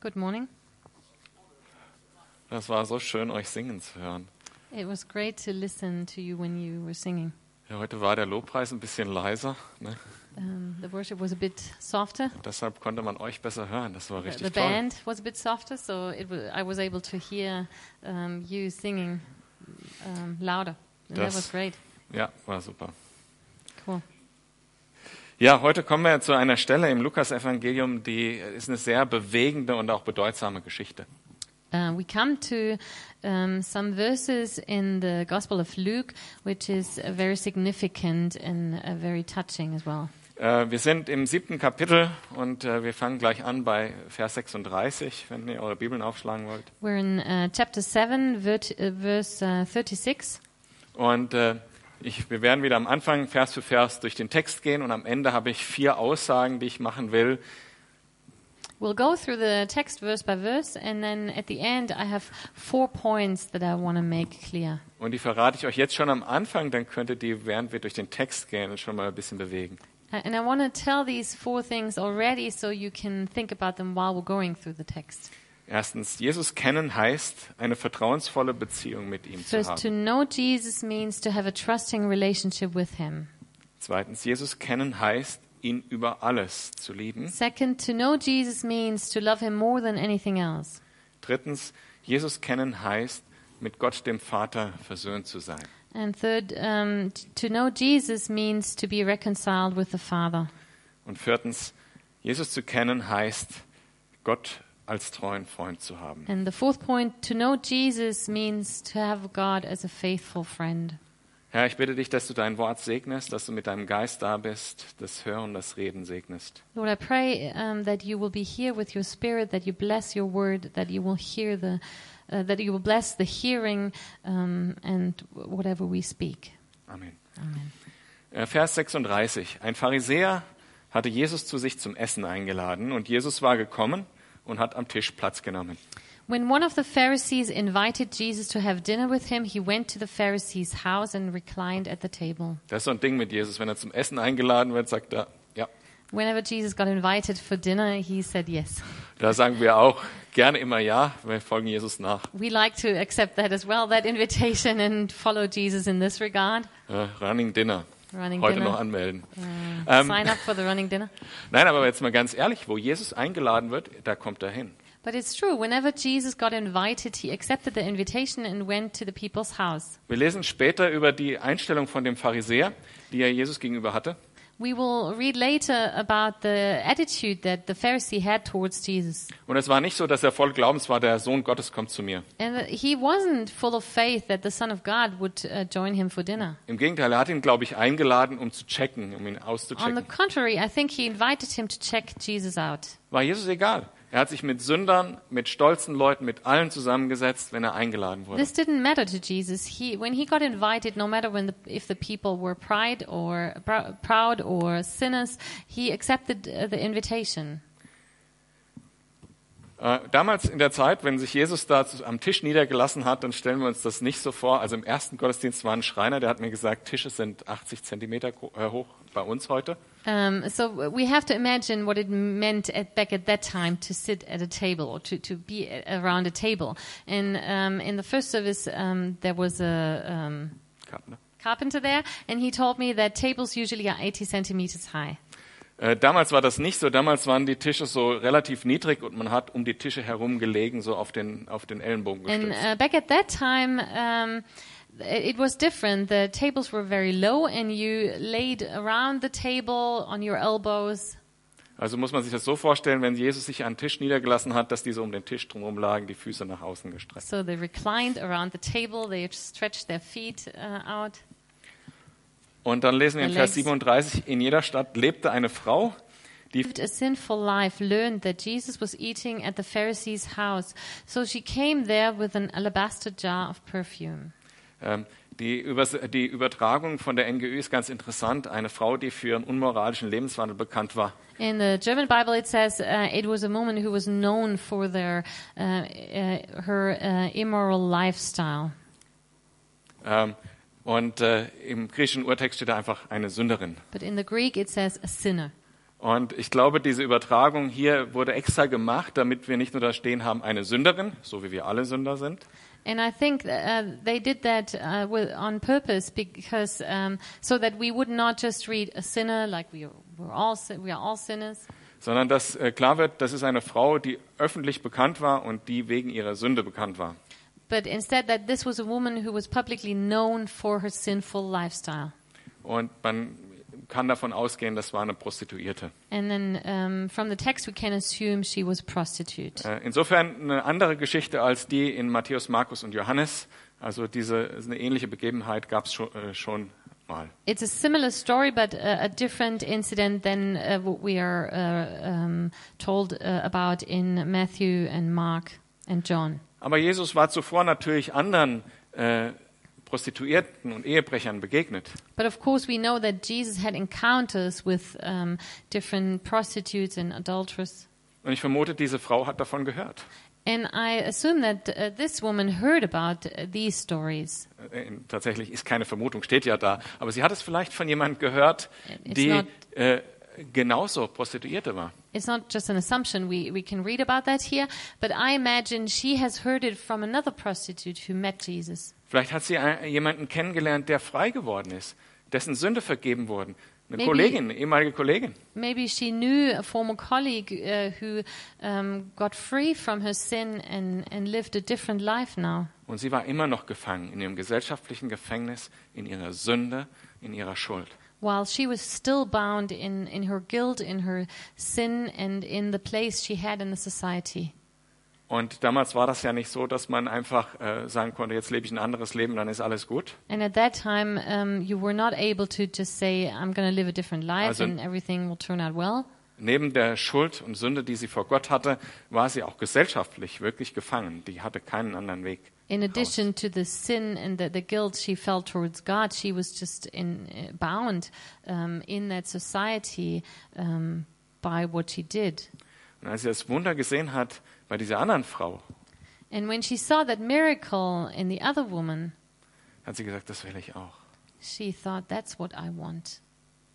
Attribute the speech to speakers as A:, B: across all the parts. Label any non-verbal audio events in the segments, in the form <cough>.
A: Good morning.
B: Das war so schön, euch singen zu hören.
A: It was great to listen to you when you were singing.
B: Ja, heute war der Lobpreis ein bisschen leiser. Ne?
A: Um, the worship was a bit softer.
B: Deshalb konnte man euch besser hören. Das war
A: The-
B: richtig
A: the
B: toll.
A: band was a bit softer, so it wa- I was able to hear um, you singing um, louder. And that
B: Das-
A: was great.
B: Ja, war super.
A: Cool.
B: Ja, heute kommen wir zu einer Stelle im Lukas-Evangelium, die ist eine sehr bewegende und auch bedeutsame Geschichte.
A: Uh, we come to um, some verses in the Gospel of Luke, which is uh, very significant and uh, very touching as well.
B: Äh, Wir sind im siebten Kapitel und äh, wir fangen gleich an bei Vers 36, wenn ihr eure Bibeln aufschlagen wollt.
A: We're in uh, chapter 7, vert- uh, verse uh, 36.
B: Und äh, ich, wir werden wieder am Anfang Vers für Vers durch den Text gehen und am Ende habe ich vier Aussagen, die ich machen will.
A: We'll go through the text verse by verse, and then at the end, I have four points that I want to make clear.
B: Und die verrate ich euch jetzt schon am Anfang, dann könnt ihr die, während wir durch den Text gehen, schon mal ein bisschen bewegen.
A: A- And I want to tell these four things already so you can think about them while we're going through the text.
B: Erstens, Jesus kennen heißt, eine vertrauensvolle Beziehung mit ihm zu
A: First, to
B: haben.
A: know Jesus means to have a trusting relationship with him.
B: Zweitens, Jesus kennen heißt, ihn über alles zu lieben.
A: Second, to know Jesus means to love him more than anything else.
B: Drittens, Jesus kennen heißt, mit Gott dem Vater versöhnt zu sein.
A: And third, um, t- to know Jesus means to be reconciled with the Father.
B: Und viertens, Jesus zu kennen heißt, Gott als treuen Freund zu haben.
A: And the fourth point, to know Jesus means to have God as a faithful friend.
B: Herr, ich bitte dich, dass du dein Wort segnest, dass du mit deinem Geist da bist, das Hören, das Reden segnest.
A: Lord, I pray um, that you will be here with your spirit, that you bless your word, that you will hear the, uh, that you will bless the hearing um, and w- whatever we speak.
B: Amen.
A: Amen.
B: Äh, Vers 36. Ein Pharisäer hatte Jesus zu sich zum Essen eingeladen und Jesus war gekommen und hat am Tisch Platz genommen.
A: When one of the Pharisees invited Jesus to have dinner with him, he went to the Pharisee's house and reclined at the table.
B: Das ist so ein Ding mit Jesus. Wenn er zum Essen eingeladen wird, sagt er, ja.
A: Whenever Jesus got invited for dinner, he said yes.
B: Da sagen wir auch gerne immer ja, wir folgen Jesus nach.
A: We like to accept that as well, that invitation, and follow Jesus in this regard.
B: Äh, Running Dinner.
A: Running
B: Heute
A: dinner.
B: noch anmelden.
A: Uh,
B: Ähm,
A: Sign up for the running dinner.
B: <laughs> Nein, aber jetzt mal ganz ehrlich, wo Jesus eingeladen wird, da kommt er hin.
A: But it's true, whenever Jesus got invited, he accepted the invitation and went to the people's house.
B: Wir lesen später über die Einstellung von dem Pharisäer, die er Jesus gegenüber hatte.
A: We will read later about the attitude that the Pharisee had towards Jesus.
B: Und es war nicht so, dass er voll Glaubens war, der Sohn Gottes kommt zu mir.
A: And he wasn't full of faith that the Son of God would uh, join him for dinner.
B: Im Gegenteil, er hat ihn, glaube ich, eingeladen, um zu checken, um ihn
A: On the
B: auszuchecken.
A: contrary, I think he invited him to check Jesus out.
B: War Jesus egal. Er hat sich mit Sündern, mit stolzen Leuten, mit allen zusammengesetzt, wenn er eingeladen wurde.
A: This didn't matter to Jesus. He, when he got invited, no matter when the, if the people were pride or prou- proud or sinners, he accepted uh, the invitation.
B: Äh, damals in der Zeit, wenn sich Jesus da zu- am Tisch niedergelassen hat, dann stellen wir uns das nicht so vor. Also im ersten Gottesdienst war ein Schreiner, der hat mir gesagt, Tische sind 80 Zentimeter gro- äh, hoch bei uns heute.
A: Um, so we have to imagine what it meant at, back at that time to sit at a table or to, to be a- around a table. And um, in the first service, um, there was a um,
B: Karten, ne?
A: carpenter there, and he told me that tables usually are 80 centimeters high.
B: ne? Äh, Damals war das nicht so. Damals waren die Tische so relativ niedrig und man hat um die Tische herum gelegen, so auf den, auf den Ellenbogen
A: And
B: gestützt.
A: uh, back at that time, um, it it was different. The tables were very low, and you laid around the table on your elbows.
B: Also muss man sich das so vorstellen, wenn Jesus sich an den Tisch niedergelassen hat, dass die so um den Tisch drumherum lagen, die Füße nach außen gestreckt.
A: So they reclined around the table. They stretched their feet uh, out.
B: Und dann lesen wir in Vers
A: Alex.
B: 37, in jeder Stadt lebte eine Frau, die
A: Lived a sinful life. Learned that Jesus was eating at the Pharisee's house. So she came there with an alabaster jar of perfume.
B: Ähm, Die, Übers die Übertragung von der NGÜ ist ganz interessant. Eine Frau, die für ihren unmoralischen Lebenswandel bekannt war.
A: In the German Bible, it says uh, it was a woman who was known for their uh, uh, her uh, immoral lifestyle.
B: Ähm, und äh, im griechischen Urtext steht da einfach eine Sünderin.
A: But in the Greek, it says a sinner.
B: Und ich glaube, diese Übertragung hier wurde extra gemacht, damit wir nicht nur da stehen haben, eine Sünderin, so wie wir alle Sünder sind,
A: And I think uh, they did that uh, with, on purpose because um, so that we would not just read a sinner like we we're all sin- we are all sinners,
B: sondern dass äh, klar wird, das ist eine Frau, die öffentlich bekannt war und die wegen ihrer Sünde bekannt war.
A: but instead that this was a woman who was publicly known for her sinful lifestyle.
B: Und man kann davon ausgehen, das war eine Prostituierte.
A: And then um, from the text we can assume she was a prostitute.
B: Äh, Insofern eine andere Geschichte als die in Matthäus, Markus und Johannes. Also diese eine ähnliche Begebenheit gab es schon, äh, schon mal.
A: It's a similar story, but uh, a different incident than uh, what we are uh, um, told uh, about in Matthew and Mark and John.
B: Aber Jesus war zuvor natürlich anderen äh, Prostituierten und Ehebrechern begegnet.
A: But of course, we know that Jesus had encounters with um, different prostitutes and adulterers.
B: Und ich vermute, diese Frau hat davon gehört.
A: And I assume that uh, this woman heard about uh, these stories.
B: Äh, in- tatsächlich ist keine Vermutung, steht ja da. Aber sie hat es vielleicht von jemandem gehört,
A: It's
B: die
A: not-
B: äh, genauso Prostituierte war.
A: It's not just an assumption, we, we can read about that here, but I imagine she has heard it from another prostitute who met Jesus.
B: Vielleicht hat sie ein- jemanden kennengelernt, der frei geworden ist, dessen Sünde vergeben wurden. Eine
A: Maybe-
B: Kollegin, eine ehemalige Kollegin.
A: Maybe she knew a former colleague uh, who um, got free from her sin and, and lived a different life now.
B: Und sie war immer noch gefangen in ihrem gesellschaftlichen Gefängnis, in ihrer Sünde, in ihrer Schuld.
A: while she was still bound in, in her guilt, in her sin, and in the place she had in the society.
B: Und damals war das ja nicht so, dass man einfach äh, sagen konnte, jetzt lebe ich ein anderes Leben, dann ist alles gut.
A: And at that time, um, you were not able to just say, I'm going to live a different life
B: Also-
A: and everything will turn out well.
B: Neben der Schuld und Sünde, die sie vor Gott hatte, war sie auch gesellschaftlich wirklich gefangen. Die hatte keinen anderen Weg.
A: In
B: raus.
A: addition to the sin and the, the guilt she felt towards God, she was just in, uh, bound um, in that society um, by what she did.
B: Und als sie das Wunder gesehen hat bei dieser anderen Frau,
A: And when she saw that miracle in the other woman,
B: hat sie gesagt, das will ich auch.
A: she thought, that's what I want.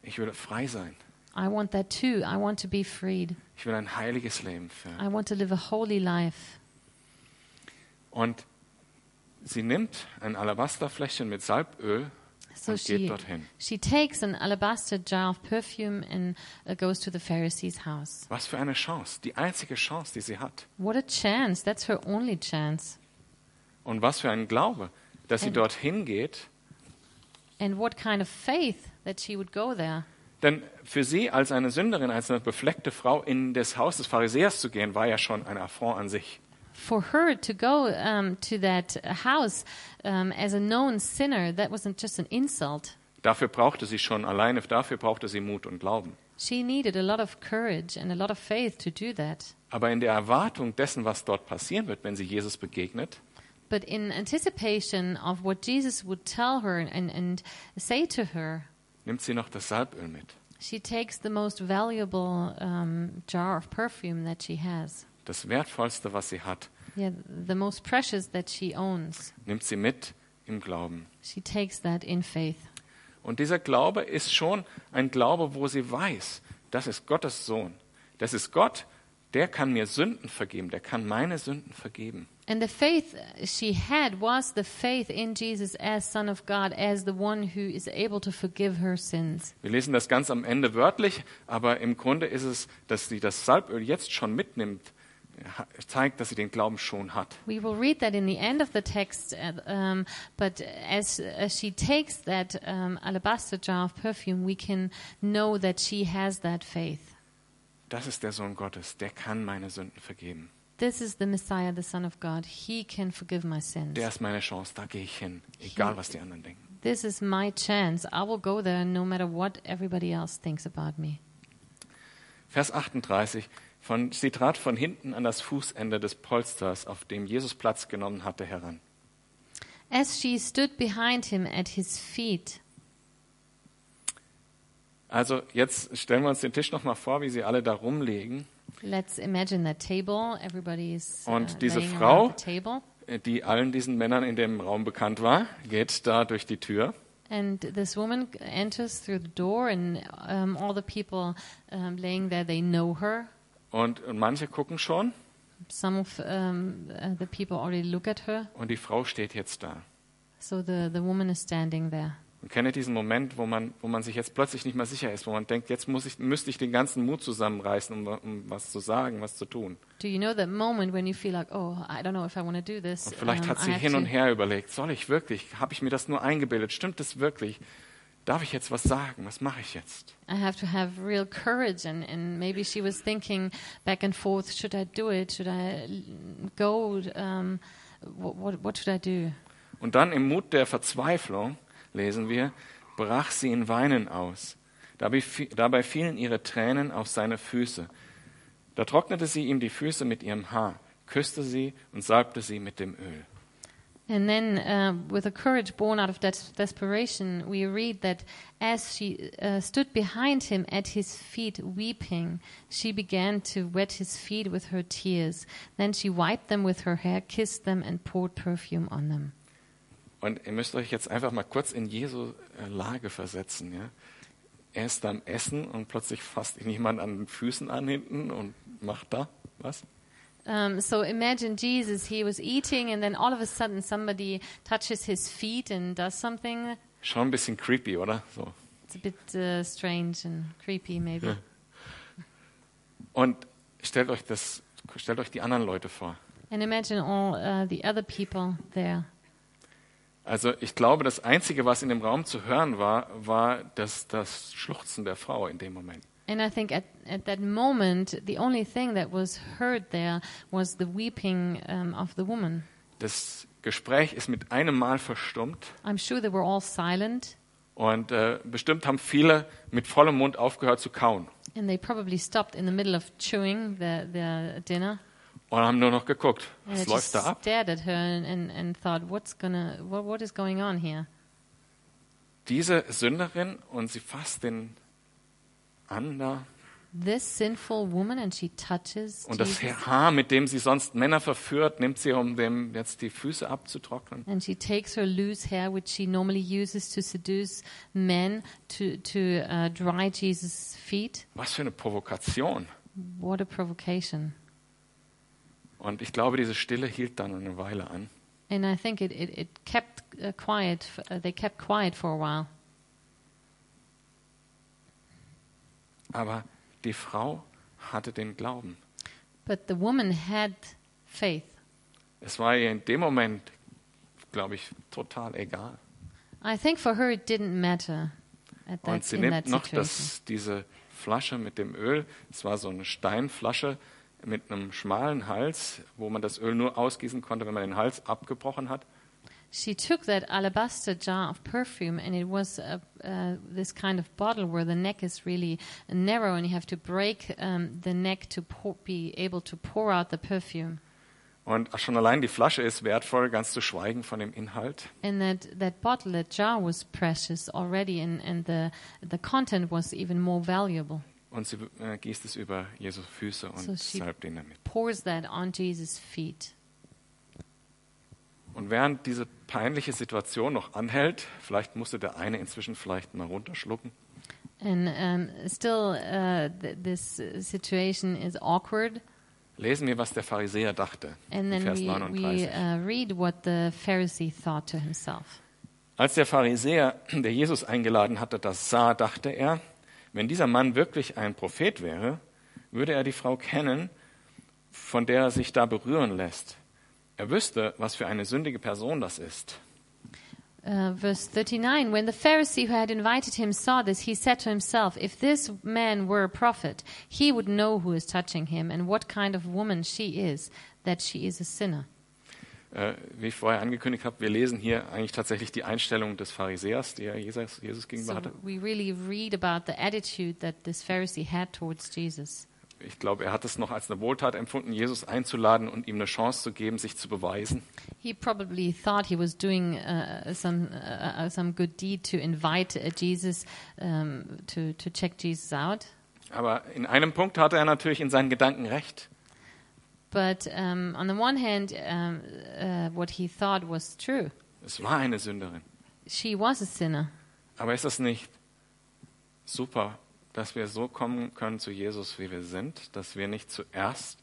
B: Ich will frei sein.
A: I want that too. I want to be freed.
B: Ich will ein heiliges Leben führen.
A: I want to live a holy life.
B: Und sie nimmt ein Alabasterfläschchen mit Salböl
A: So
B: und geht
A: she,
B: dorthin.
A: she takes an alabaster jar of perfume and uh, goes to the Pharisee's house.
B: Was für eine Chance, die einzige Chance, die sie hat.
A: What a chance. That's her only chance.
B: Und was für ein Glaube, dass sie
A: Ähm.
B: dorthin geht.
A: And what kind of faith that she would go there.
B: Denn für sie als eine Sünderin, als eine befleckte Frau in das Haus des Pharisäers zu gehen, war ja schon ein Affront an sich.
A: For her to go um, to that uh, house um, as a known sinner, that wasn't just an insult.
B: Dafür brauchte sie schon alleine, dafür brauchte sie Mut und Glauben.
A: She needed a lot of courage and a lot of faith to do that.
B: Aber in der Erwartung dessen, was dort passieren wird, wenn sie Jesus begegnet,
A: But in anticipation of what Jesus would tell her and, and say to her,
B: nimmt sie noch das Salböl mit.
A: She takes the most valuable um, jar of perfume that she has.
B: Das Wertvollste, was sie hat,
A: Yeah, the most precious that she owns.
B: nimmt sie mit im Glauben.
A: She takes that in faith.
B: Und dieser Glaube ist schon ein Glaube, wo sie weiß, das ist Gottes Sohn. Das ist Gott, der kann mir Sünden vergeben, der kann meine Sünden vergeben.
A: And the faith she had was the faith in Jesus as Son of God, as the one who is able to forgive her sins.
B: Wir lesen das ganz am Ende wörtlich, aber im Grunde ist es, dass sie das Salböl jetzt schon mitnimmt, ha- zeigt, dass sie den Glauben schon hat.
A: We will read that in the end of the text, uh, um, but as, as she takes that um, alabaster jar of perfume, we can know that she has that faith.
B: Das ist der Sohn Gottes, der kann meine Sünden vergeben.
A: This is the Messiah, the Son of God. He can forgive my sins.
B: Der ist meine Chance, da gehe ich hin, egal was die anderen denken.
A: This is my chance. I will go there no matter what everybody else thinks about me.
B: Vers 38. Von, sie trat von hinten an das Fußende des Polsters, auf dem Jesus Platz genommen hatte, heran.
A: As she stood behind him at his feet,
B: Also jetzt stellen wir uns den Tisch nochmal vor, wie sie alle da rumlegen.
A: let's imagine that table. Everybody's uh,
B: Und diese
A: laying
B: Frau- äh,
A: around the table.
B: die allen diesen Männern in dem Raum bekannt war, geht da durch die Tür
A: And this woman enters through the door, and um, all the people um, laying there, they know her.
B: Und, und manche gucken schon
A: Some of um, uh, the people already look at her.
B: und die Frau steht jetzt da.
A: So the, the woman is standing there.
B: Und kenne diesen Moment, wo man, wo man sich jetzt plötzlich nicht mehr sicher ist, wo man denkt, jetzt muss ich, müsste ich den ganzen Mut zusammenreißen, um, um was zu sagen, was zu tun.
A: Do you know that moment when you feel like, oh, I don't know if I want to do this?
B: Und vielleicht
A: um,
B: hat
A: I
B: sie
A: have
B: hin
A: to-
B: und her überlegt, soll ich wirklich, habe ich mir das nur eingebildet, stimmt das wirklich? Darf ich jetzt was sagen? Was mache ich jetzt?
A: I have to have real courage. And, and maybe she was thinking back and forth should I do it? Should I l- go? Um, what, what, what should I do?
B: Und dann im Mut der Verzweiflung, lesen wir, brach sie in Weinen aus. Dabei, fi- dabei fielen ihre Tränen auf seine Füße. Da trocknete sie ihm die Füße mit ihrem Haar, küsste sie und salbte sie mit dem Öl.
A: And then, uh, with a courage born out of des- desperation, we read that as she uh, stood behind him at his feet weeping, she began to wet his feet with her tears. Then she wiped them with her hair, kissed them, and poured perfume on them.
B: Und ihr müsst euch jetzt einfach mal kurz in Jesu äh, Lage versetzen. Ja? Er ist am Essen und plötzlich fasst ihn jemand an den Füßen an hinten und macht da was.
A: Um, so imagine Jesus, he was eating, and then all of a sudden somebody touches his feet and does something.
B: Schon ein bisschen creepy, oder? So.
A: It's a bit uh, strange and creepy, maybe.
B: Yeah. Und stellt euch das, stellt euch die anderen Leute vor.
A: And imagine all uh, the other people there.
B: Also ich glaube, das Einzige, was in dem Raum zu hören war, war das, das Schluchzen der Frau in dem Moment.
A: And I think at, at that moment, the only thing that was heard there was the weeping um, of the woman.
B: Das Gespräch ist mit einem Mal verstummt
A: I'm sure they were all silent,
B: und äh, bestimmt haben viele mit vollem Mund aufgehört zu kauen
A: and they probably stopped in the middle of chewing their, their dinner.
B: und haben nur noch geguckt,
A: And
B: was
A: they
B: läuft
A: just
B: da ab?
A: stared at her and, and, and thought, what's gonna, what, what is going on here?
B: Diese Sünderin und sie fasst den an da
A: this sinful woman and she touches
B: und das
A: Jesus
B: Haar, mit dem sie sonst Männer verführt, nimmt sie, um dem jetzt die Füße abzutrocknen.
A: and she takes her loose hair which she normally uses to seduce men to to uh, dry Jesus' feet
B: Was für eine Provokation.
A: what a provocation
B: Und ich glaube, diese Stille hielt dann eine Weile an.
A: and I think it it, it kept uh, quiet f- uh, they kept quiet for a while
B: Aber die Frau hatte den Glauben.
A: but the woman had faith
B: Es war ihr in dem Moment, glaube ich, total egal.
A: I think for her it didn't matter at
B: Und
A: that
B: sie
A: in that
B: nimmt noch
A: situation
B: das, diese Flasche mit dem Öl. Es war so eine Steinflasche mit einem schmalen Hals, wo man das Öl nur ausgießen konnte, wenn man den Hals abgebrochen hat.
A: She took that alabaster jar of perfume, and it was a, uh, this kind of bottle where the neck is really narrow, and you have to break um, the neck to pour, be able to pour out the perfume.
B: Und schon allein die Flasche ist wertvoll, ganz zu schweigen von dem Inhalt.
A: And that, that bottle, that jar was precious already, and, and the, the content was even more valuable.
B: Und sie äh, gießt es über Jesu Füße und
A: So she-
B: salbt ihn damit.
A: Pours that on Jesus' feet.
B: Und während diese peinliche Situation noch anhält, vielleicht musste der eine inzwischen vielleicht mal runterschlucken,
A: And um, still, uh, th- this uh, situation is awkward.
B: lesen wir, was der Pharisäer dachte.
A: And
B: in
A: then
B: Vers
A: we,
B: 39.
A: we uh, read what the Pharisee thought to himself.
B: Als der Pharisäer, der Jesus eingeladen hatte, das sah, dachte er, wenn dieser Mann wirklich ein Prophet wäre, würde er die Frau kennen, von der er sich da berühren lässt. Er wüsste, was für eine sündige Person das ist.
A: Uh, verse 39 When the Pharisee who had invited him saw this, he said to himself, If this man were a prophet, he would know who is touching him and what kind of woman she is, that she is a sinner.
B: Äh, wie ich vorher angekündigt habe, wir lesen hier eigentlich tatsächlich die Einstellung des Pharisäers, die er Jesus, Jesus gegenüber
A: So
B: hatte.
A: we really read about the attitude that this Pharisee had towards Jesus.
B: Ich glaube, er hat es noch als eine Wohltat empfunden, Jesus einzuladen und ihm eine Chance zu geben, sich zu beweisen.
A: He probably thought he was doing uh, some uh, uh, some good deed to invite uh, Jesus um, to to check Jesus out.
B: Aber in einem Punkt hatte er natürlich in seinen Gedanken recht.
A: But um, on the one hand, um, uh, what he thought was true.
B: Es war eine Sünderin.
A: She was a sinner.
B: Aber ist es nicht super, dass wir so kommen können zu Jesus, wie wir sind, dass wir nicht zuerst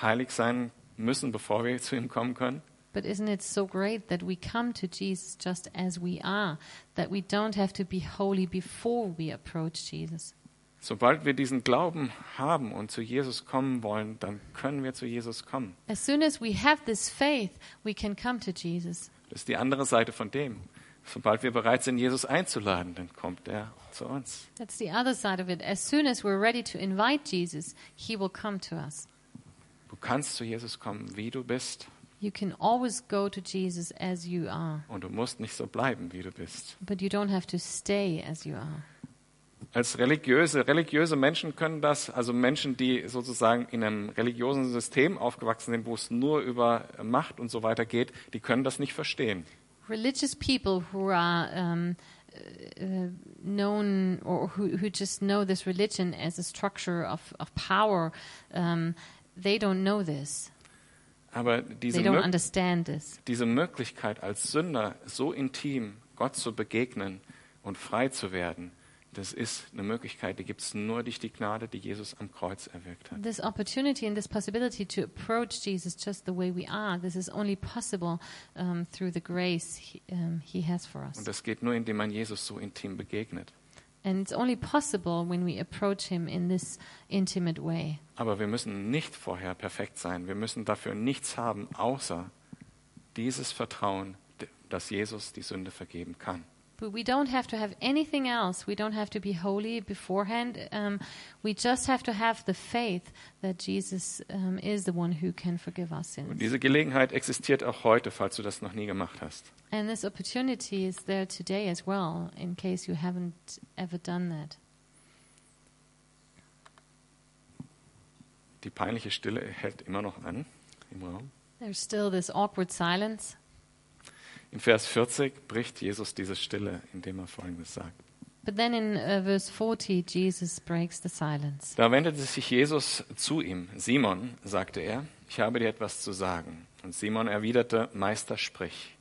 B: heilig sein müssen, bevor wir zu ihm kommen können?
A: But isn't it so great that we come to Jesus just as we are, that we don't have to be holy before we approach Jesus?
B: Sobald wir diesen Glauben haben und zu Jesus kommen wollen, dann können wir zu Jesus kommen.
A: As soon as we have this faith, we can come to Jesus.
B: Das ist die andere Seite von dem. Sobald wir bereit sind, Jesus einzuladen, dann kommt er zu uns.
A: That's the other side of it. As soon as we're ready to invite Jesus, he will come to us.
B: Du kannst zu Jesus kommen, wie du bist,
A: You can always go to Jesus as you are,
B: und du musst nicht so bleiben, wie du bist.
A: but you don't have to stay as you are.
B: Als religiöse, religiöse Menschen können das, also Menschen, die sozusagen in einem religiösen System aufgewachsen sind, wo es nur über Macht und so weiter geht, die können das nicht verstehen.
A: Religious people who are um, uh, uh, known or who, who just know this religion as a structure of, of power, um, they don't know this.
B: Aber diese,
A: They don't
B: Mög-
A: understand this.
B: diese Möglichkeit, als Sünder so intim Gott zu begegnen und frei zu werden, das ist eine Möglichkeit, die gibt es nur durch die Gnade, die Jesus am Kreuz erwirkt hat.
A: This opportunity and this possibility to approach Jesus just the way we are, this is only possible um, through the grace he, um, he has for us.
B: Und das geht nur, indem man Jesus so intim begegnet.
A: And it's only possible when we approach him in this intimate way.
B: Aber wir müssen nicht vorher perfekt sein. Wir müssen dafür nichts haben, außer dieses Vertrauen, d- dass Jesus die Sünde vergeben kann.
A: But we don't have to have anything else. We don't have to be holy beforehand. Um, we just have to have the faith that Jesus um, is the one who can forgive our
B: Und
A: sins.
B: diese Gelegenheit existiert auch heute, falls du das noch nie gemacht hast.
A: And this opportunity is there today as well, in case you haven't ever done that.
B: Die peinliche Stille hält immer noch an im Raum.
A: There's still this awkward silence.
B: In Vers 40 bricht Jesus diese Stille, indem er Folgendes sagt.
A: But then in uh, verse 40, Jesus breaks the silence.
B: Da wendete sich Jesus zu ihm. Simon, sagte er, ich habe dir etwas zu sagen. Und Simon erwiderte, Meister, sprich.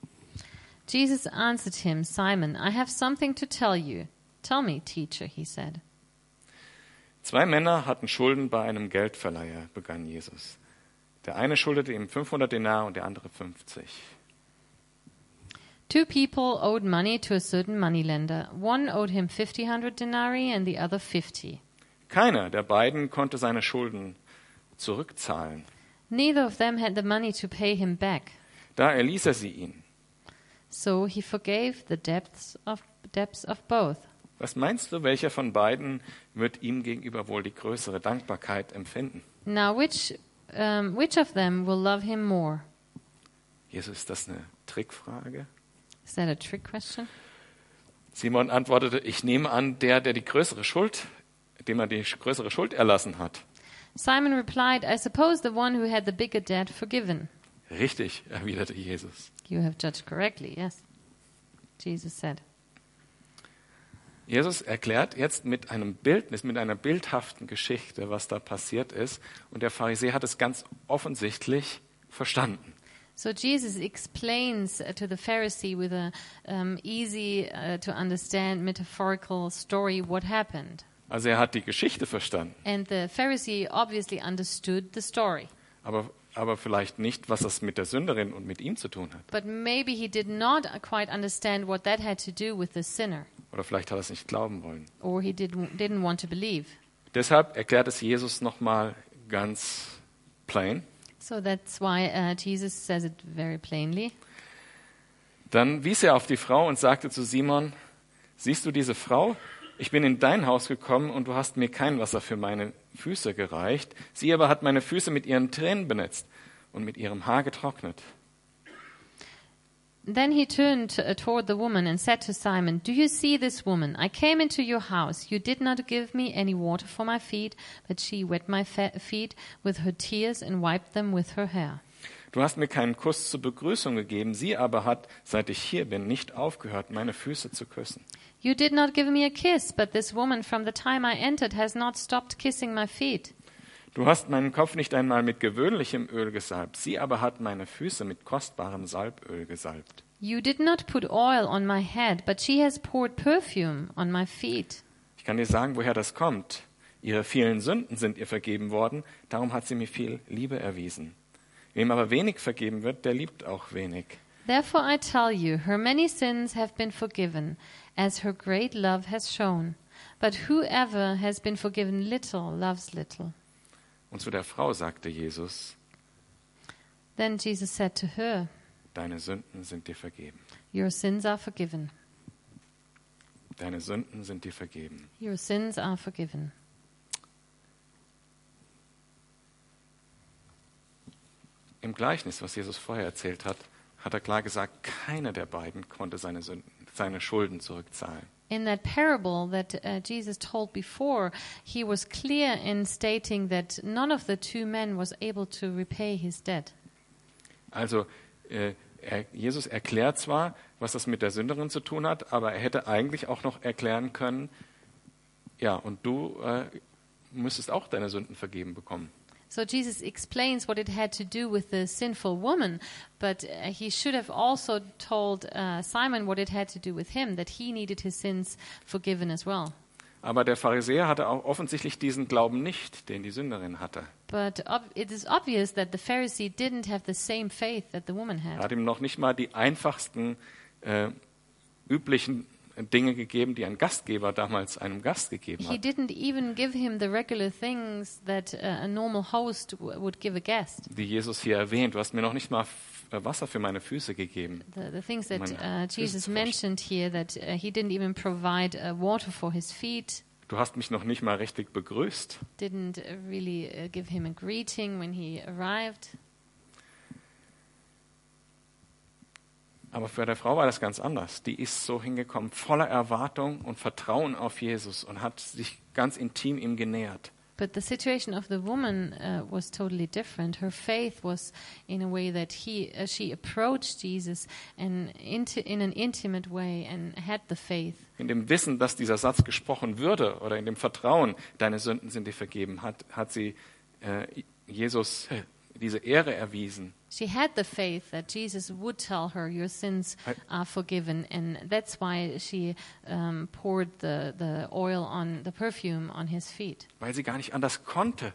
A: Jesus answered him, Simon, I have something to tell you. Tell me, teacher, he said.
B: Zwei Männer hatten Schulden bei einem Geldverleiher, begann Jesus. Der eine schuldete ihm 500 Denar und der andere 50.
A: Two people owed money to a certain moneylender. One owed him 500 denarii and the other 50.
B: Keiner der beiden konnte seine Schulden zurückzahlen.
A: Neither of them had the money to pay him back,
B: Da erließ er sie ihn.
A: so he forgave the debts of, debts of both.
B: Was meinst du, welcher von beiden wird ihm gegenüber wohl die größere Dankbarkeit empfinden?
A: Now, which, um, which of them will love him more?
B: Jesus, ist das eine Trickfrage?
A: Is that a trick question?
B: Simon antwortete, ich nehme an, der, der die größere Schuld, dem er die größere Schuld erlassen hat.
A: Simon replied, I suppose the one who had the bigger debt forgiven.
B: Richtig, erwiderte Jesus.
A: You have judged correctly, yes. Jesus said.
B: Jesus erklärt jetzt mit einem Bildnis, mit einer bildhaften Geschichte, was da passiert ist. Und der Pharisäer hat es ganz offensichtlich verstanden.
A: So Jesus explains uh, to the Pharisee with a um, easy uh, to understand metaphorical story what happened,
B: Also er hat die Geschichte verstanden,
A: and the Pharisee obviously understood the story,
B: aber, aber vielleicht nicht, was das mit der Sünderin und mit ihm zu tun hat.
A: but maybe he did not uh, quite understand what that had to do with the sinner,
B: Oder vielleicht hat er es nicht glauben wollen.
A: or he didn't didn't want to believe.
B: Deshalb erklärt es Jesus nochmal ganz plain.
A: So that's why uh, Jesus says it very plainly.
B: Dann wies er auf die Frau und sagte zu Simon, siehst du diese Frau? Ich bin in dein Haus gekommen und du hast mir kein Wasser für meine Füße gereicht. Sie aber hat meine Füße mit ihren Tränen benetzt und mit ihrem Haar getrocknet.
A: Then he turned uh, toward the woman and said to Simon, Do you see this woman? I came into your house. You did not give me any water for my feet, but she wet my fe- feet with her tears and wiped them with her hair.
B: Du hast mir keinen Kuss zur Begrüßung gegeben. Sie aber hat, seit ich hier bin, nicht aufgehört, meine Füße zu küssen.
A: You did not give me a kiss, but this woman from the time I entered has not stopped kissing my feet.
B: Du hast meinen Kopf nicht einmal mit gewöhnlichem Öl gesalbt. Sie aber hat meine Füße mit kostbarem Salböl gesalbt.
A: You did not put oil on my head, but she has poured perfume on my feet.
B: Ich kann dir sagen, woher das kommt. Ihre vielen Sünden sind ihr vergeben worden, darum hat sie mir viel Liebe erwiesen. Wem aber wenig vergeben wird, der liebt auch wenig.
A: Therefore I tell you, her many sins have been forgiven, as her great love has shown. But whoever has been forgiven little loves little.
B: Und zu der Frau sagte Jesus,
A: Then Jesus said to her,
B: deine Sünden sind dir vergeben.
A: Your sins are forgiven.
B: Deine Sünden sind dir vergeben.
A: Your sins are forgiven.
B: Im Gleichnis, was Jesus vorher erzählt hat, hat er klar gesagt, keiner der beiden konnte seine, Sünden, seine Schulden zurückzahlen.
A: In that parable that uh, Jesus told before, he was clear in stating that none of the two men was able to repay his debt.
B: Also äh, er, Jesus erklärt zwar, was das mit der Sünderin zu tun hat, aber er hätte eigentlich auch noch erklären können, ja, und du äh, müsstest auch deine Sünden vergeben bekommen.
A: So Jesus explains what it had to do with the sinful woman, but uh, he should have also told uh, Simon what it had to do with him, that he needed his sins forgiven as well.
B: Aber der Pharisäer hatte auch offensichtlich diesen Glauben nicht, den die Sünderin hatte.
A: But ob- it is obvious that the Pharisee didn't have the same faith that the woman
B: Er
A: had.
B: hat ihm noch nicht mal die einfachsten äh, üblichen Dinge gegeben, die ein Gastgeber damals einem Gast gegeben
A: He
B: hat.
A: didn't even give him the regular things that uh, a normal host w- would give a guest.
B: die Jesus hier erwähnt. Du hast mir noch nicht mal F- äh, Wasser für meine Füße gegeben.
A: The, the things that
B: Man,
A: uh,
B: this
A: Jesus
B: is harsh.
A: mentioned here, that uh, he didn't even provide uh, water for his feet,
B: Du hast mich noch nicht mal richtig begrüßt.
A: didn't uh, really uh, give him a greeting when he arrived.
B: Aber für der Frau war das ganz anders. Die ist so hingekommen, voller Erwartung und Vertrauen auf Jesus und hat sich ganz intim ihm genähert.
A: But the situation of the woman uh, was totally different. Her faith was in a way that he, uh, she approached Jesus and into, in an intimate way and had the faith.
B: In dem Wissen, dass dieser Satz gesprochen würde oder in dem Vertrauen, deine Sünden sind dir vergeben, hat, hat sie äh, Jesus diese Ehre erwiesen.
A: She had the faith that Jesus would tell her, "Your sins
B: I-
A: are forgiven," and that's why she um, poured the, the oil on the perfume on his feet.
B: weil sie gar nicht anders konnte.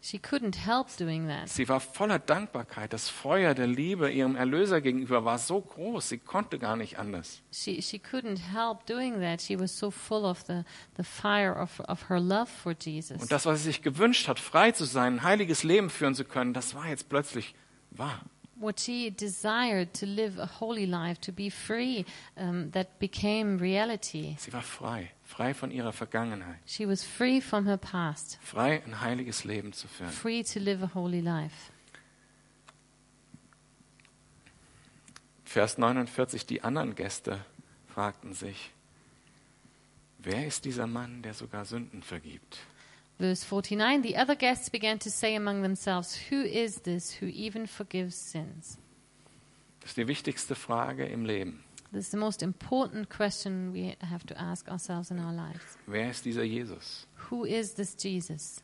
A: She couldn't help doing that.
B: Sie war voller Dankbarkeit. Das Feuer der Liebe ihrem Erlöser gegenüber war so groß, sie konnte gar nicht anders.
A: She she couldn't help doing that. She was so full of the, the fire of, of her love for Jesus.
B: Und das, was sie sich gewünscht hat, frei zu sein, ein heiliges Leben führen zu können, das war jetzt plötzlich wahr.
A: what she desired to live a holy life, to be free, um, that became reality.
B: Sie war frei, frei von ihrer Vergangenheit,
A: She was free from her past,
B: frei ein heiliges Leben zu führen.
A: free to live a holy life.
B: Vers 49, die anderen Gäste fragten sich, wer ist dieser Mann, der sogar Sünden vergibt?
A: Verse 49 The other guests began to say among themselves, Who is this who even forgives sins?
B: Das ist die wichtigste Frage im Leben.
A: This is the most important question we have to ask ourselves in our lives.
B: Wer ist dieser Jesus?
A: Who is this Jesus?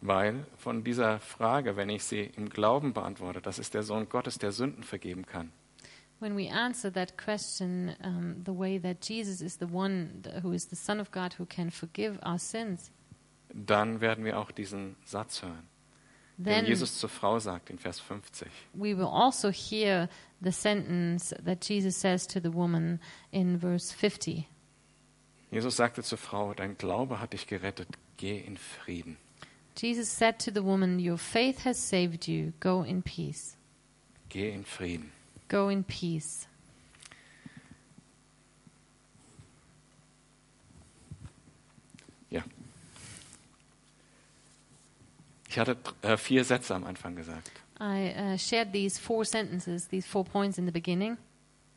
B: Weil von dieser Frage, wenn ich sie im Glauben beantworte, das ist der Sohn Gottes, der Sünden vergeben kann,
A: When we answer that question um, the way that Jesus is the one th- who is the Son of God who can forgive our sins,
B: dann werden wir auch diesen Satz hören, den
A: then
B: Jesus zur Frau sagt in Vers 50.
A: we will also hear the sentence that Jesus says to the woman in verse 50.
B: Jesus sagte zur Frau, dein Glaube hat dich gerettet, geh in Frieden.
A: Jesus said to the woman, Your faith has saved you. Go in peace.
B: Geh in Frieden.
A: Go in peace.
B: Ja. Ich hatte äh, vier Sätze am Anfang gesagt.
A: I uh, shared these four sentences, these four points in the beginning.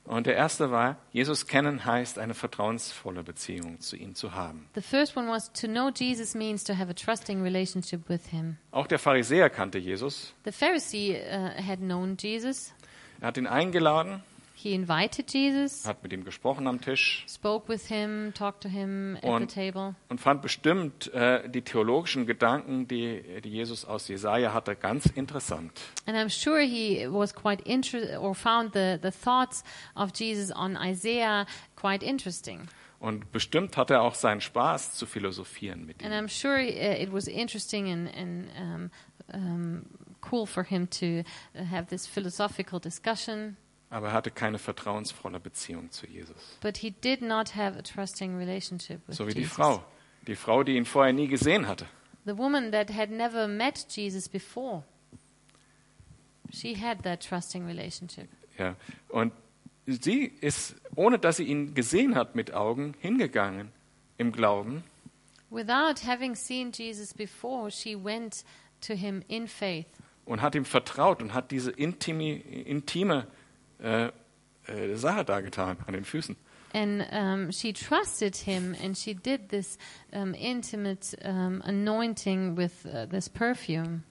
B: Und der erste war, Jesus kennen heißt, eine vertrauensvolle Beziehung zu ihm zu haben.
A: The first one was to know Jesus means to have a trusting relationship with him.
B: Auch der Pharisäer kannte Jesus.
A: The Pharisee uh, had known Jesus.
B: Er hat ihn eingeladen,
A: He invited Jesus,
B: hat mit ihm gesprochen am Tisch
A: spoke with him, talked to him at the
B: Und-
A: table,
B: und fand bestimmt äh, die theologischen Gedanken, die, die Jesus aus Jesaja hatte, ganz interessant.
A: and I'm sure he was quite interested or found the, the thoughts of Jesus on Isaiah quite interesting.
B: Und bestimmt hatte er auch seinen Spaß zu philosophieren mit
A: And
B: ihm.
A: I'm sure uh, it was interesting and, and um, um, cool for him to uh, have this philosophical discussion,
B: Aber er hatte keine vertrauensvolle Beziehung zu Jesus.
A: but he did not have a trusting relationship with
B: So wie die
A: Jesus.
B: Frau. Die Frau, die ihn vorher nie gesehen hatte.
A: The woman that had never met Jesus before, she had that trusting relationship.
B: Ja. Und sie ist, ohne dass sie ihn gesehen hat mit Augen, hingegangen im Glauben
A: Without having seen Jesus before, she went to him in faith
B: und hat ihm vertraut und hat diese intimi, intime äh, äh, Sache dargetan an den Füßen.
A: and um, she trusted him and she did this um, intimate um, anointing with uh, this perfume.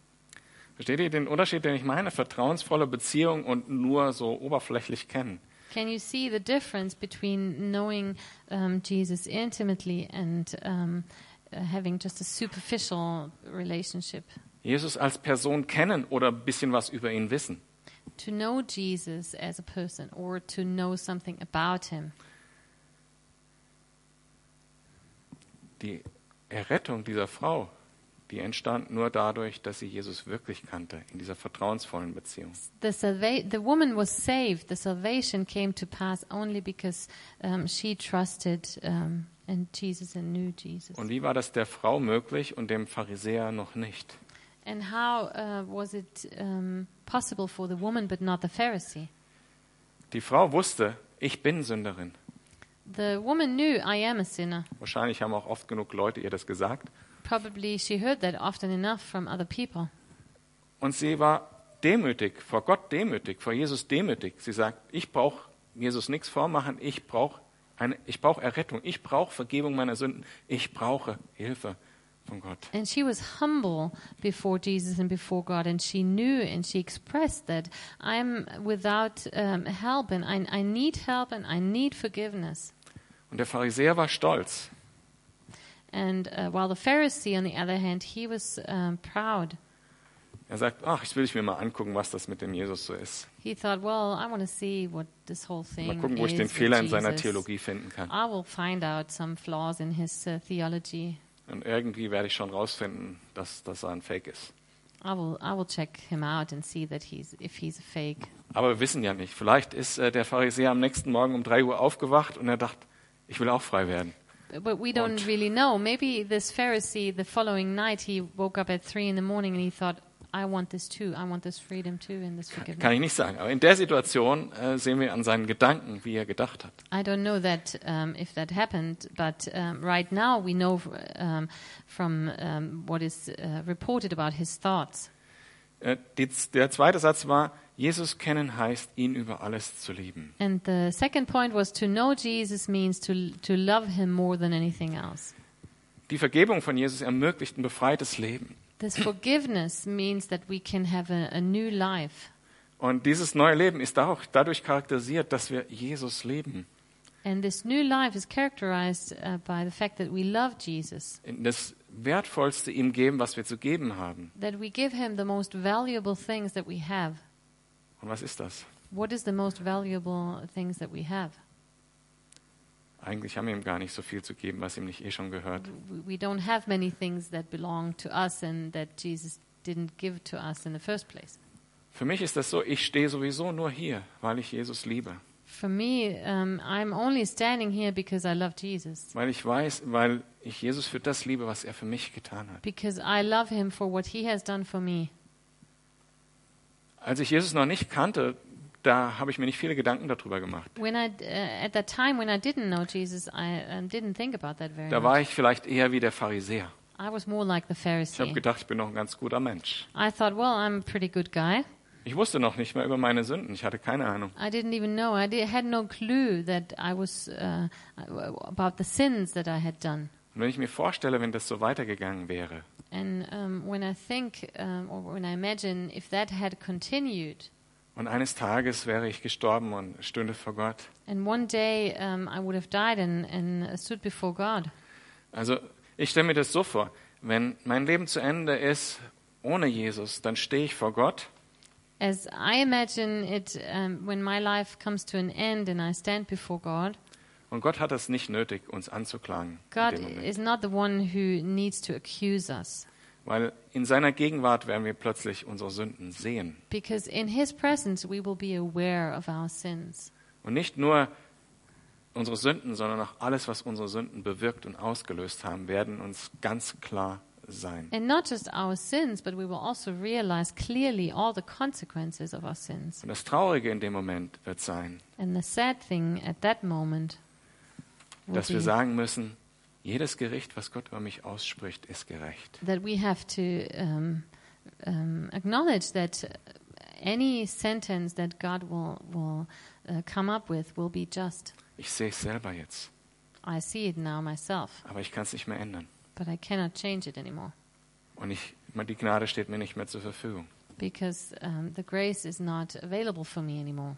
B: Versteht ihr den Unterschied, den ich meine? Vertrauensvolle Beziehung und nur so oberflächlich kennen.
A: Can you see the difference between knowing um, Jesus intimately and um, uh, having just a superficial relationship?
B: Jesus als Person kennen oder ein bisschen was über ihn wissen.
A: To know Jesus as a person or to know something about him.
B: Die Errettung dieser Frau, die entstand nur dadurch, dass sie Jesus wirklich kannte, in dieser vertrauensvollen Beziehung.
A: The, salva- the woman was saved. The salvation came to pass only because um, she trusted um, and Jesus and knew Jesus.
B: Und wie war das der Frau möglich und dem Pharisäer noch nicht?
A: And how uh, was it um, possible for the woman but not the Pharisee?
B: Die Frau wusste, ich bin Sünderin.
A: The woman knew, I am a sinner.
B: Wahrscheinlich haben auch oft genug Leute ihr das gesagt.
A: Probably she heard that often enough from other people.
B: Und sie war demütig, vor Gott demütig, vor Jesus demütig. Sie sagt, ich brauche Jesus nichts vormachen, ich brauche eine, ich brauche Errettung, ich brauche Vergebung meiner Sünden, ich brauche Hilfe von Gott.
A: And she was humble before Jesus and before God, and she knew and she expressed that I'm without um, help, and I, I need help, and I need forgiveness.
B: Und der Pharisäer war stolz.
A: And uh, while the Pharisee, on the other hand, he was um, proud.
B: Er sagt, ach, jetzt will ich mir mal angucken, was das mit dem Jesus so ist.
A: He thought, "Well, I want to see what this whole
B: Mal
A: thing
B: gucken, wo ich
A: is
B: den
A: with
B: Fehler in seiner
A: Jesus.
B: Theologie finden kann.
A: I will find out some flaws in his uh, theology.
B: Und irgendwie werde ich schon rausfinden, dass das ein Fake ist.
A: I will, I will check him out and see that he's if he's a fake."
B: Aber wir wissen ja nicht. Vielleicht ist äh, der Pharisäer am nächsten Morgen um drei Uhr aufgewacht und er dachte, ich will auch frei werden.
A: But we don't
B: Und-
A: really know. Maybe this Pharisee, the following night, he woke up at three in the morning and he thought, "I want this too. I want this freedom too, and this forgiveness."
B: Kann ich nicht sagen. Aber in der Situation äh, sehen wir an seinen Gedanken, wie er gedacht hat.
A: I don't know that um, if that happened, but um, right now we know um, from um, what is uh, reported about his thoughts.
B: Äh, die, der zweite Satz war, Jesus kennen heißt, ihn über alles zu lieben.
A: And the second point was to know Jesus means to to love him more than anything else.
B: Die Vergebung von Jesus ermöglicht ein befreites Leben.
A: This forgiveness means that we can have a, a new life.
B: Und dieses neue Leben ist auch dadurch charakterisiert, dass wir Jesus leben.
A: And this new life is characterized uh, by the fact that we love Jesus,
B: Das Wertvollste ihm geben, was wir zu geben haben.
A: that we give him the most valuable things that we have.
B: Und was ist das?
A: What is the most valuable things that we have?
B: Eigentlich haben wir ihm gar nicht so viel zu geben, was ihm nicht eh schon gehört.
A: We- We don't have many things that belong to us and that Jesus didn't give to us in the first place.
B: Für mich ist das so, ich stehe sowieso nur hier, weil ich Jesus liebe.
A: For me, um, I'm only standing here because I love Jesus,
B: Weil ich weiß, weil ich Jesus für das liebe, was er für mich getan hat.
A: because I love him for what he has done for me.
B: Als ich Jesus noch nicht kannte, da habe ich mir nicht viele Gedanken darüber gemacht.
A: When I, uh, at that time when I didn't know Jesus, I um, didn't think about that very
B: Da
A: much.
B: war ich vielleicht eher wie der Pharisäer.
A: I was more like the
B: Ich habe
A: Pharisee.
B: gedacht, ich bin noch ein ganz guter Mensch.
A: I thought, well, I'm a pretty good guy.
B: Ich wusste noch nicht mal über meine Sünden. Ich hatte keine Ahnung.
A: I didn't even know. I di- had no clue that I was uh, about the sins that I had done.
B: Und wenn ich mir vorstelle, wenn das so weitergegangen wäre,
A: And um, when I think um, or when I imagine if that had continued,
B: Und eines Tages wäre ich gestorben und stünde vor Gott.
A: And one day um, I would have died and, and uh, stood before God.
B: Also ich stelle mir das so vor, wenn mein Leben zu Ende ist ohne Jesus, dann stehe ich vor Gott
A: As I imagine it, um, when my life comes to an end and I stand before God,
B: und Gott hat es nicht nötig, uns anzuklagen, in
A: God
B: dem Moment,
A: is not the one who needs to accuse us.
B: weil in seiner Gegenwart werden wir plötzlich unsere Sünden sehen
A: Because in his presence we will be aware of our sins.
B: und nicht nur unsere Sünden, sondern auch alles, was unsere Sünden bewirkt und ausgelöst haben, werden uns ganz klar sein.
A: And not just our sins, but we will also realize clearly all the consequences of our sins.
B: Und das Traurige in dem Moment wird sein,
A: And the sad thing at that moment will
B: dass wir
A: be
B: sagen müssen, jedes Gericht, was Gott über mich ausspricht, ist gerecht.
A: that we have to um, um, acknowledge that uh, any sentence that God will, will uh, come up with will be just.
B: Ich sehe es selber jetzt,
A: I see it now myself,
B: aber ich kann es nicht mehr ändern.
A: but I cannot change it anymore
B: Und ich, die Gnade steht mir nicht mehr zur Verfügung.
A: because um, the grace is not available for me anymore.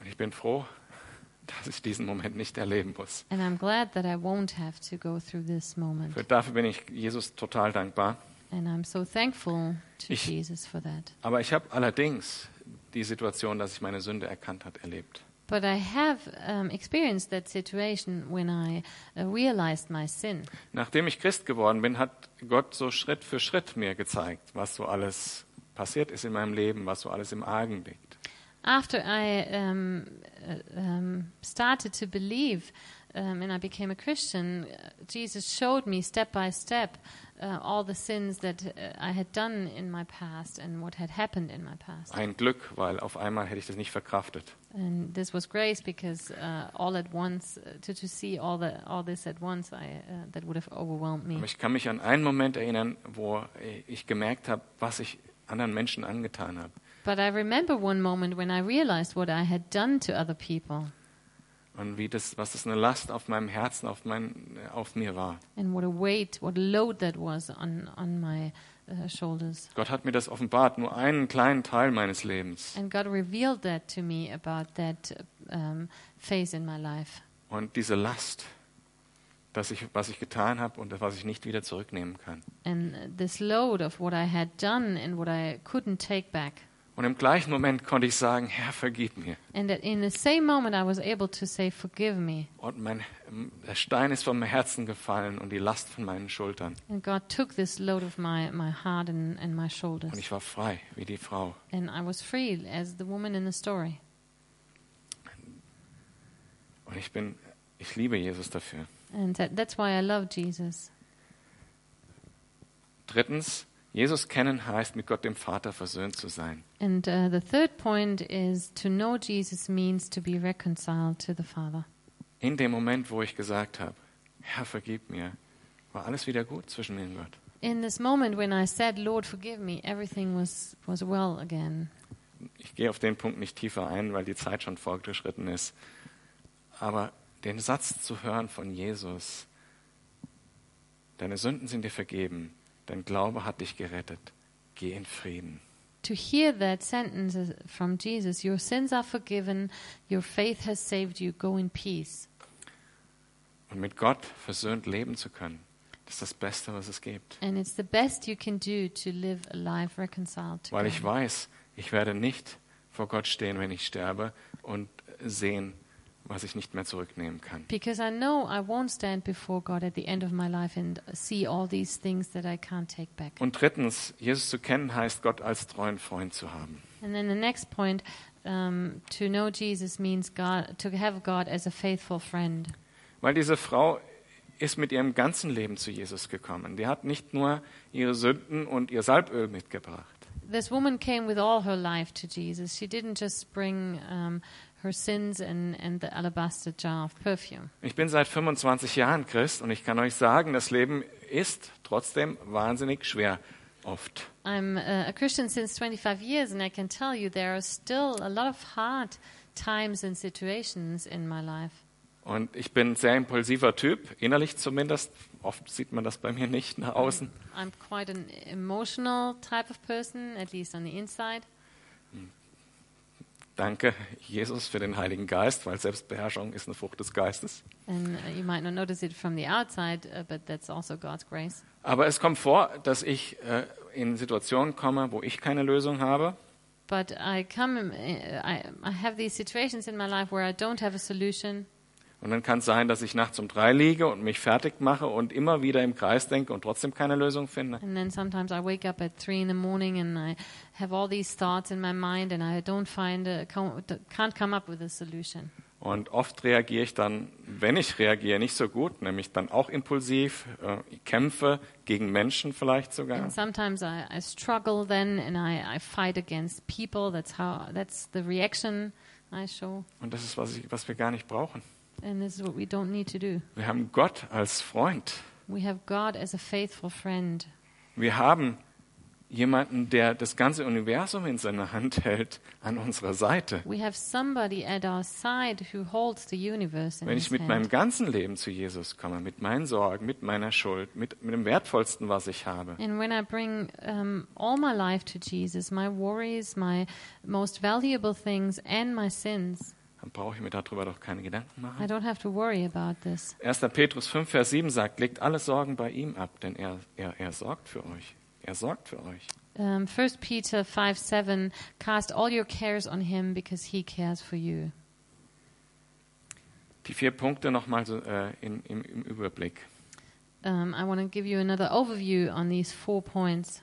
B: Und ich bin froh, <laughs> dass ich diesen Moment nicht erleben muss.
A: And I'm glad that I won't have to go through this moment.
B: Für, dafür bin ich Jesus total dankbar.
A: And I'm so thankful to
B: Ich-
A: Jesus for that.
B: Aber ich habe allerdings die Situation, dass ich meine Sünde erkannt hat, erlebt.
A: But I have um, experienced that situation when I uh, realized my sin.
B: Nachdem ich Christ geworden bin, hat Gott so Schritt für Schritt mir gezeigt, was so alles passiert ist in meinem Leben, was so alles im Argen liegt.
A: After I um, uh, um, started to believe um, and I became a Christian, uh, Jesus showed me step by step uh, all the sins that uh, I had done in my past and what had happened in my past.
B: Ein Glück, weil auf einmal hätte ich das nicht verkraftet.
A: And this was grace because uh, all at once, uh, to, to see all, the, all this at once, I, uh, that would have overwhelmed me.
B: Aber ich kann mich an einen Moment erinnern, wo ich gemerkt habe, was ich anderen Menschen angetan habe.
A: But I remember one moment when I realized what I had done to other people
B: Und wie das, was das eine Last auf meinem Herzen, auf, mein, auf mir war.
A: and what a weight, what a load that was on, on my uh, shoulders.
B: Gott hat mir das offenbart, nur einen kleinen Teil meines Lebens.
A: And God revealed that to me about that um, phase in my life.
B: Und diese Last, dass ich, was ich getan habe und was ich nicht wieder zurücknehmen kann.
A: And uh, this load of what I had done and what I couldn't take back.
B: Und im gleichen Moment konnte ich sagen, Herr, vergib mir.
A: And that in the same moment, I was able to say, Forgive me.
B: Und mein, der Stein ist von meinem Herzen gefallen und die Last von meinen Schultern.
A: And God took this load of my, my heart and, and my shoulders.
B: Und ich war frei, wie die Frau.
A: And I was free as the woman in the story.
B: Und ich bin, ich liebe Jesus dafür.
A: And that, that's why I love Jesus.
B: Drittens, Jesus kennen heißt, mit Gott dem Vater versöhnt zu sein.
A: And uh, the third point is to know Jesus means to be reconciled to the Father.
B: In dem Moment, wo ich gesagt habe, Herr, vergib mir, war alles wieder gut zwischen mir und Gott.
A: In this moment when I said, Lord, forgive me, everything was, was well again.
B: Ich gehe auf den Punkt nicht tiefer ein, weil die Zeit schon fortgeschritten ist. Aber den Satz zu hören von Jesus, deine Sünden sind dir vergeben, dein Glaube hat dich gerettet, geh in Frieden.
A: To hear that sentence is- from Jesus, your sins are forgiven, your faith has saved you, go in peace.
B: Und mit Gott versöhnt leben zu können, das ist das Beste, was es gibt.
A: And it's the best you can do to live a life reconciled to
B: Weil
A: God.
B: ich weiß, ich werde nicht vor Gott stehen, wenn ich sterbe und sehen, was ich nicht mehr zurücknehmen kann.
A: Because I know I won't stand before God at the end of my life and see all these things that I can't take back.
B: Und drittens, Jesus zu kennen heißt, Gott als treuen Freund zu haben.
A: And then the next point, um, to know Jesus means God, to have God as a faithful friend.
B: Weil diese Frau ist mit ihrem ganzen Leben zu Jesus gekommen. Die hat nicht nur ihre Sünden und ihr Salböl mitgebracht.
A: This woman came with all her life to Jesus. She didn't just bring um, her sins and, and the alabaster jar of perfume.
B: Ich bin seit 25 Jahren Christ und ich kann euch sagen, das Leben ist trotzdem wahnsinnig schwer oft.
A: I'm uh, a Christian since 25 years, and I can tell you there are still a lot of hard times and situations in my life.
B: Und ich bin ein sehr impulsiver Typ, innerlich zumindest. Oft sieht man das bei mir nicht nach außen.
A: I'm quite an emotional type of person, at least on the inside.
B: Danke, Jesus, für den Heiligen Geist, weil Selbstbeherrschung ist eine Frucht des Geistes.
A: And uh, you might not notice it from the outside, uh, but that's also God's grace.
B: Aber es kommt vor, dass ich äh, in Situationen komme, wo ich keine Lösung habe.
A: But I come, uh, I, I have these situations in my life where I don't have a solution,
B: Und dann kann es sein, dass ich nachts um drei liege und mich fertig mache und immer wieder im Kreis denke und trotzdem keine Lösung finde.
A: and then sometimes I wake up at three in the morning and I have all these thoughts in my mind, and I don't find, a, co- can't come up with a solution.
B: Und oft reagiere ich dann, wenn ich reagiere, nicht so gut, nämlich dann auch impulsiv, äh, ich kämpfe gegen Menschen vielleicht sogar.
A: And sometimes I, I struggle then, and I, I fight against people. That's how. That's the reaction I show,
B: Und das ist, was, ich, was wir gar nicht brauchen.
A: and this is what we don't need to do.
B: Wir haben Gott als Freund.
A: We have God as a faithful friend.
B: Wir haben jemanden, der das ganze Universum in seiner Hand hält, an unserer Seite.
A: We have somebody at our side who holds the universe in
B: Wenn
A: his
B: ich mit
A: hand.
B: meinem ganzen Leben zu Jesus komme, mit meinen Sorgen, mit meiner Schuld, mit, mit dem Wertvollsten, was ich habe,
A: And when I bring um, all my life to Jesus, my worries, my most valuable things, and my sins,
B: dann brauche ich mir darüber doch keine Gedanken
A: I
B: machen.
A: don't have to worry about this.
B: 1. Petrus 5, Vers 7 sagt, legt alle Sorgen bei ihm ab, denn er, er, er sorgt für euch. Er sorgt für euch.
A: Um, 1 Peter 5 7 Cast all your cares on him because he cares for you.
B: Die vier Punkte nochmal so, äh, in, im, im Überblick.
A: Um, I want to give you another overview on these four points.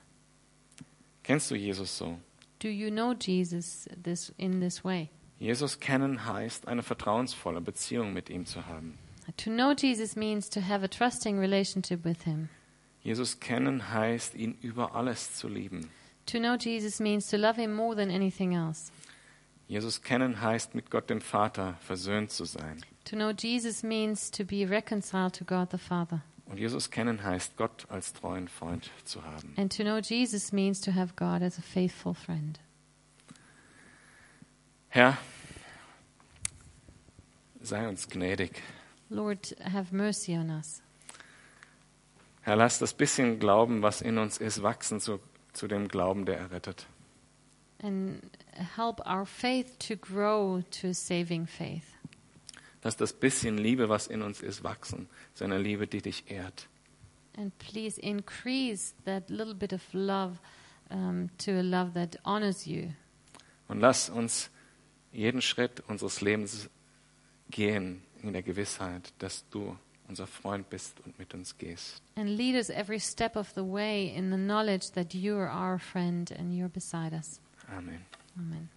B: Kennst du Jesus so?
A: Do you know Jesus this, in this way?
B: Jesus kennen heißt, eine vertrauensvolle Beziehung mit ihm zu haben.
A: To know Jesus means to have a trusting relationship with him.
B: Jesus kennen heißt, ihn über alles zu lieben.
A: To know Jesus means to love him more than anything else.
B: Jesus kennen heißt, mit Gott dem Vater versöhnt zu sein.
A: To know Jesus means to be reconciled to God the Father.
B: Und Jesus kennen heißt, Gott als treuen Freund zu haben.
A: And to know Jesus means to have God as a faithful friend.
B: Herr, sei uns gnädig.
A: Lord, have mercy on us.
B: Herr, lass das bisschen Glauben, was in uns ist, wachsen zu, zu dem Glauben, der errettet.
A: And help our faith to grow to a saving faith.
B: Lass das bisschen Liebe, was in uns ist, wachsen zu einer Liebe, die dich ehrt.
A: And please increase that little bit of love um, to a love that honors you.
B: Und lass uns jeden Schritt unseres Lebens gehen in der Gewissheit, dass du unser Freund bist und mit uns gehst.
A: And lead us every step of the way in the knowledge that you are our friend and you're beside us.
B: Amen.
A: Amen.